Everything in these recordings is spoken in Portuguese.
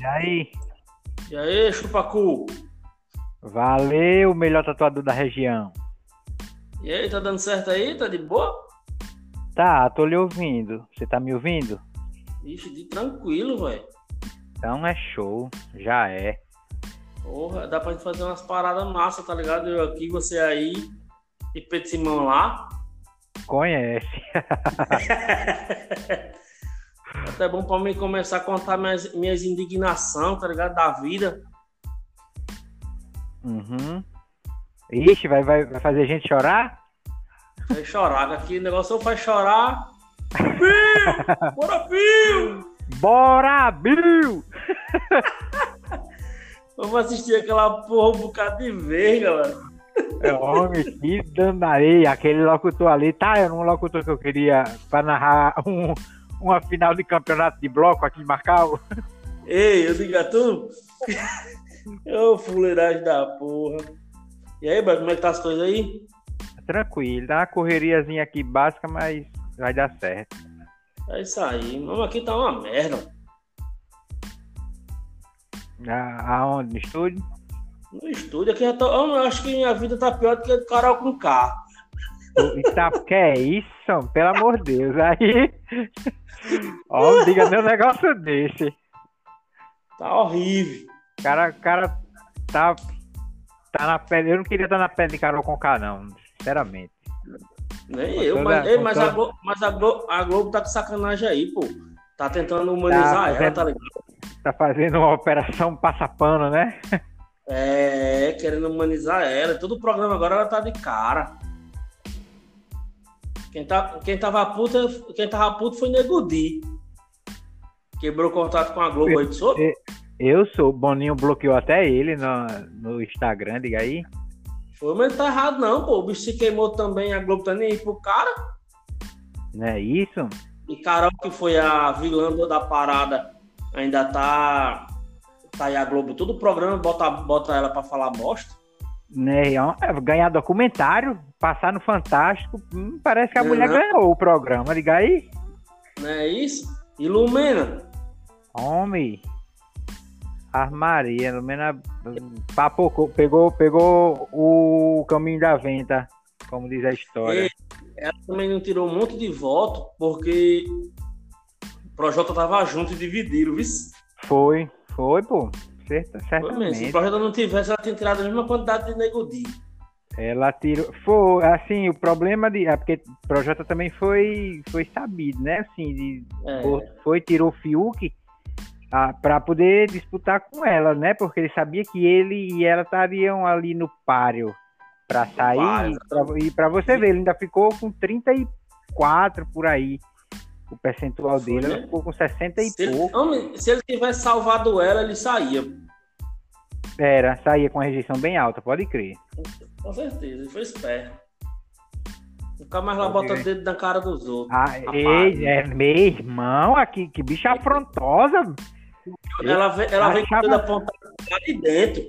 E aí? E aí, chupacu? Valeu, melhor tatuador da região. E aí, tá dando certo aí? Tá de boa? Tá, tô lhe ouvindo. Você tá me ouvindo? Ixi, de tranquilo, velho. Então é show, já é. Porra, dá pra gente fazer umas paradas massas, tá ligado? Eu aqui, você aí e Pedro Simão lá. Conhece. Até bom pra mim começar a contar minhas, minhas indignação, tá ligado? Da vida. Uhum. Ixi, vai, vai, vai fazer a gente chorar? Faz chorar, aqui o negócio ou faz chorar. Pio! Bora, Pio! Bora, Bill! Vamos assistir aquela porra um bocado de vez, galera. É, homem, que danaria. Aquele locutor ali, tá? Era um locutor que eu queria pra narrar um, uma final de campeonato de bloco aqui em Macau. Ei, eu digo a tu. Ô, fuleiragem da porra. E aí, Beto, como é que tá as coisas aí? Tranquilo, dá uma correriazinha aqui básica, mas vai dar certo. É isso aí. Mano, aqui tá uma merda. A- Ah, Aonde? No estúdio? No estúdio aqui já tá. Eu acho que minha vida tá pior do que a do Carol com carro. Tá, que é isso? Pelo amor de Deus. Aí. Ó, não diga nem um negócio desse. Tá horrível. O cara, o cara tá, tá na pele. Eu não queria estar na pele de Carol Conká, não, sinceramente. Nem Com eu, toda- mas, ei, com mas, a toda- Globo, mas a, Globo, a Globo tá com sacanagem aí, pô. Tá tentando Tá, humanizar mas ela, é- tá ligado? Tá fazendo uma operação passapano, né? É, querendo humanizar ela. Todo o programa agora ela tá de cara. Quem, tá, quem tava puta, quem tava puto foi Nego Di. Quebrou contato com a Globo aí, tu soube? Eu sou, o Boninho bloqueou até ele no, no Instagram, diga aí. Foi, mas não tá errado não, pô. O bicho se queimou também, a Globo tá nem aí pro cara. Não é isso? E Carol, que foi a vilã do- da parada, ainda tá. Tá aí a Globo. Todo o programa bota, bota ela pra falar bosta. Né? é um- é Ganhar documentário, passar no Fantástico. hum, parece que a Não, mulher não. ganhou o programa, diga aí. Não é isso? Ilumina. Homem. Armaria, no menos a- papocou, pegou, pegou o caminho da venda, como diz a história. E ela também não tirou um monte de voto, porque o Projota tava junto e dividiram, viu? Foi, foi, pô. Certa, Foi mesmo. Se o certamente. Projota não tivesse, ela tinha tirado a mesma quantidade de Nego Di. Ela tirou. Foi, assim, o problema de. É porque o projeto também foi, foi sabido, né? Assim, de- É. foi, tirou o Fiuk ah, pra poder disputar com ela, né? Porque ele sabia que ele e ela estariam ali no páreo pra sair. páreo, e pra- e pra você ver, ele ainda ficou com 34 por aí. O percentual Foi, dele, ela né? ficou com 60 e Se ele, pouco. homem, se ele tivesse salvado ela, ele saía. Era, saía com a rejeição bem alta, pode crer. Com certeza, ele foi esperto. Nunca mais lá Pode bota ver. dedo na cara dos outros. Ah, ei, é, meu irmão, aqui, que bicha afrontosa. Ah, eu ela vem, ela vem com o achava- dedo apontado lá de dentro.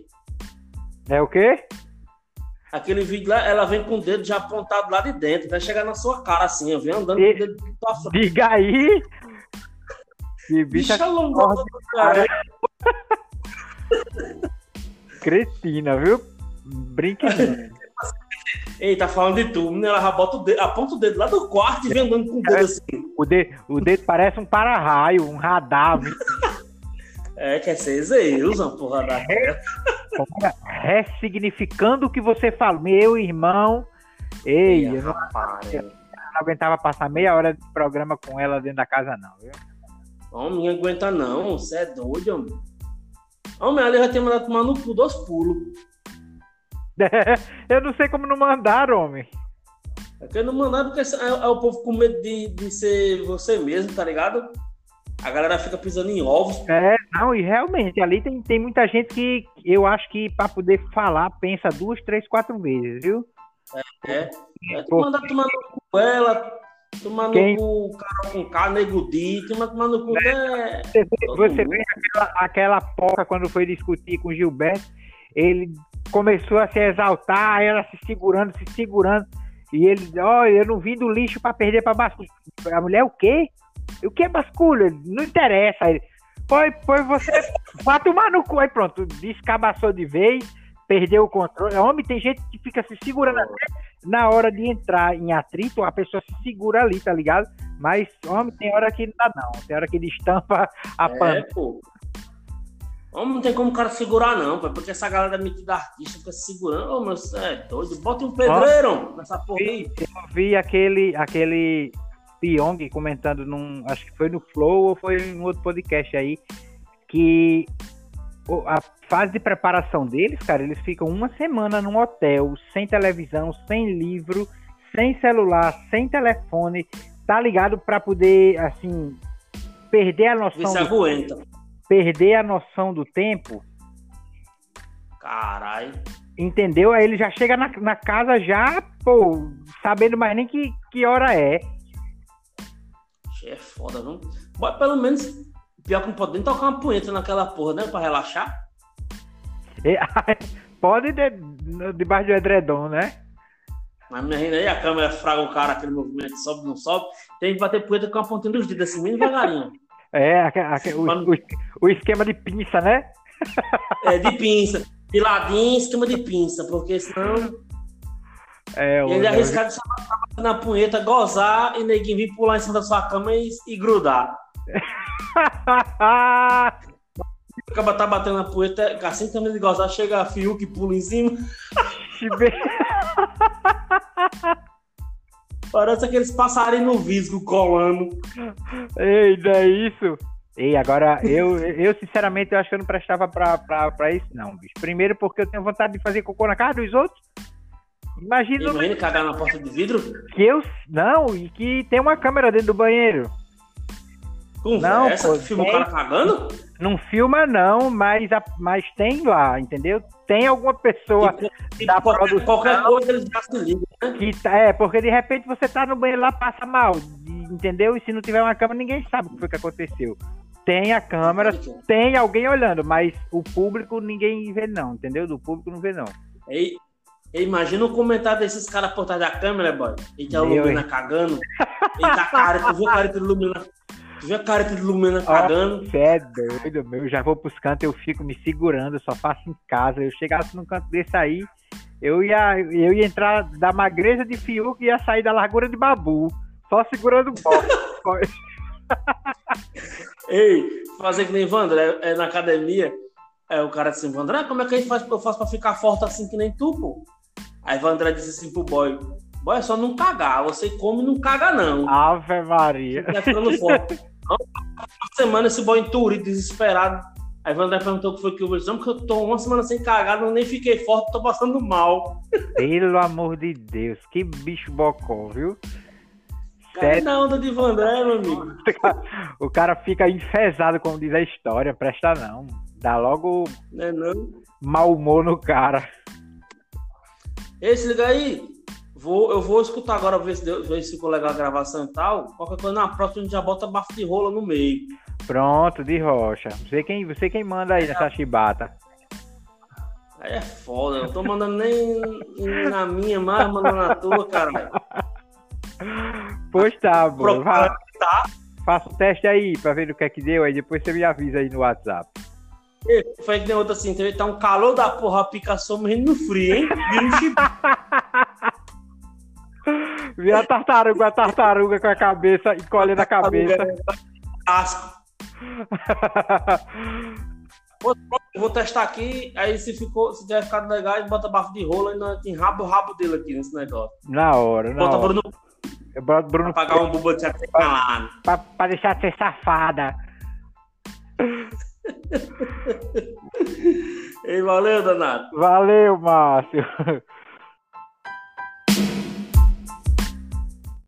É o quê? Aquele vídeo lá, ela vem com o dedo já apontado lá de dentro. Vai chegar na sua cara assim, eu venho andando E- com o dedo pra frente. Diga aí. Que bicha Bicha longa do cara. cretina, viu? Brinque não. Ei, tá falando de tu, né? Ela já bota o dedo, aponta o dedo lá do quarto e vem andando com o dedo assim. O, de, o dedo parece um para-raio, um radar. viu? É, quer ser Zeus, porra da É, Ressignificando o que você fala. Meu irmão. Ei, eu não rapaz. aguentava passar meia hora de programa com ela dentro da casa, não, viu? Homem, não aguenta não, você é doido, homem. Homem, ali já tem mandado tomar no cu dois pulos. Eu não sei como não mandaram, homem. É que não mandaram porque é, é o povo com medo de, de ser você mesmo, tá ligado? A galera fica pisando em ovos. É, não, e realmente, ali tem, tem muita gente que eu acho que pra poder falar, pensa duas, três, quatro vezes, viu? É, é tu Pô. mandar tomar no cu ela, tomar no Quem? cu cara com K, nego di, tu manda tomar no cu né? Você vê, Todo você mundo. vê aquela, aquela porca quando foi discutir com o Gilberto, ele começou a se exaltar, ela se segurando, se segurando, e ele, ó, eu não vim do lixo pra perder pra basculho. A mulher, o quê? O que é basculho? Ele, Não interessa. Ele, Foi, foi você. Vai tomar no cu. Aí pronto, descabaçou de vez, perdeu o controle. É Homem, tem gente que fica se segurando até na hora de entrar em atrito, a pessoa se segura ali, tá ligado? Mas, homem, tem hora que não dá, não. Tem hora que ele estampa a É, pano. pô. Homem, não tem como o cara segurar, não, pô, É porque essa galera metida artista fica se segurando. Ô, meu, você é doido. Bota um pedreiro nessa porra aí. vi, eu vi aquele, aquele Pyong comentando num. Acho que foi no Flow ou foi em outro podcast aí. Que o- a fase de preparação deles, cara, eles ficam uma semana num hotel, sem televisão, sem livro, sem celular, sem telefone, tá ligado? Pra poder, assim, perder a Vê se noção, do, aguenta. perder a noção do tempo, Caralho. entendeu? Aí ele já chega na, na casa já, pô, sabendo mais nem que, que hora é. Isso É foda, não? Bora pelo menos. Pior que não pode nem tocar uma punheta naquela porra, né? Pra relaxar. E- Pode de, no- debaixo do edredom, né? Mas me rindo aí, a câmera fraga o cara, aquele movimento sobe, não sobe. Tem que bater punheta com a pontinha dos dedos, assim, bem devagarinho. É, aque- aque- o, Mano. o- o esquema de pinça, né? É, de pinça. De ladinho, em cima de pinça, porque senão. É, o, Ele é arriscado de só bater na punheta, gozar e neguinho vir pular em cima da sua cama e, e grudar. Acaba tá batendo na punheta, assim que também de gozar, chega a Fiuk e pula em cima. Parece aqueles passarinhos no visgo colando. Ei, não é isso? Ei, agora, eu, eu sinceramente eu acho que eu não prestava pra, pra, pra isso, não, bicho. Primeiro porque eu tenho vontade de fazer cocô na cara dos outros. Imagina Imagina cagar na porta de vidro. que eu. Não, e que tem uma câmera dentro do banheiro. Conversa, Não, não, pô, filma o tem- cara cagando? Não filma, não, mas, a- mas tem lá, entendeu? Tem alguma pessoa. Tipo, Da qualquer, produção. qualquer coisa eles já se ligam. Que tá- é, porque de repente você tá no banheiro lá, passa mal, de- entendeu? E se não tiver uma câmera, ninguém sabe o que foi que aconteceu. Tem a câmera, tem alguém olhando, mas o público ninguém vê não, entendeu? Do público não vê não. Ei, ei, imagina o comentário desses caras por trás da câmera, boy. Ele tá Meu, ilumina cagando. Ele tá cara, tu viu a cara de ilumina. Tu viu a cara de ilumina cagando? Cê é doido, meu, eu já vou pros cantos, eu fico me segurando, eu só faço em casa. Eu chegasse num canto desse aí, eu ia, eu ia entrar da magreza de Fiuk e ia sair da largura de Babu, só segurando o pó. Ei, fazer que nem Vandré é, na academia. É, o cara disse assim, Vandré, como é que a gente faz, eu faço pra ficar forte assim que nem tu, pô? Aí Vandré disse assim pro boy, boy, é só não cagar, você come e não caga não. Ave Maria. Tá ficando forte. Não, uma semana esse boy enturido, desesperado. Aí Vandré perguntou o que foi que eu disse, não, porque eu tô uma semana sem cagar, não nem fiquei forte, tô passando mal. Pelo amor de Deus, que bicho bocó, viu? Cara, Sério? na onda de Vandré, meu amigo. O cara fica enfesado, como diz a história, presta não. Dá logo Né não? mau humor no cara. Ei, se liga aí. Vou, eu vou escutar agora, ver se, deu, ver se ficou legal a gravação e tal. Qualquer coisa, na próxima a gente já bota bafo de rola no meio. Pronto, de rocha. Você quem, você quem manda É, aí nessa chibata. Aí é foda, eu não tô mandando nem na minha, mas mandando na tua, cara. Pois tá, bom. Pro- Vá, tá. faça o teste aí pra ver o que é que deu, aí depois você me avisa aí no WhatsApp. Ei, Foi que tem outra assim, teve- tá um calor da porra, a Picasso morrendo no frio, hein? Vira um chibata. Vira a tartaruga, a tartaruga com a cabeça, encolhendo a cabeça. Asco. Eu vou testar aqui, aí se, ficou, se tiver ficado legal, a gente bota bafo de rola e nós tem rabo o rabo dele aqui nesse negócio. Na hora, na Bota hora. Bruno Eu boto Bruno pra pagar um buba de até calado. pra, pra deixar de ser safada. Ei, valeu, danado. Valeu, Márcio.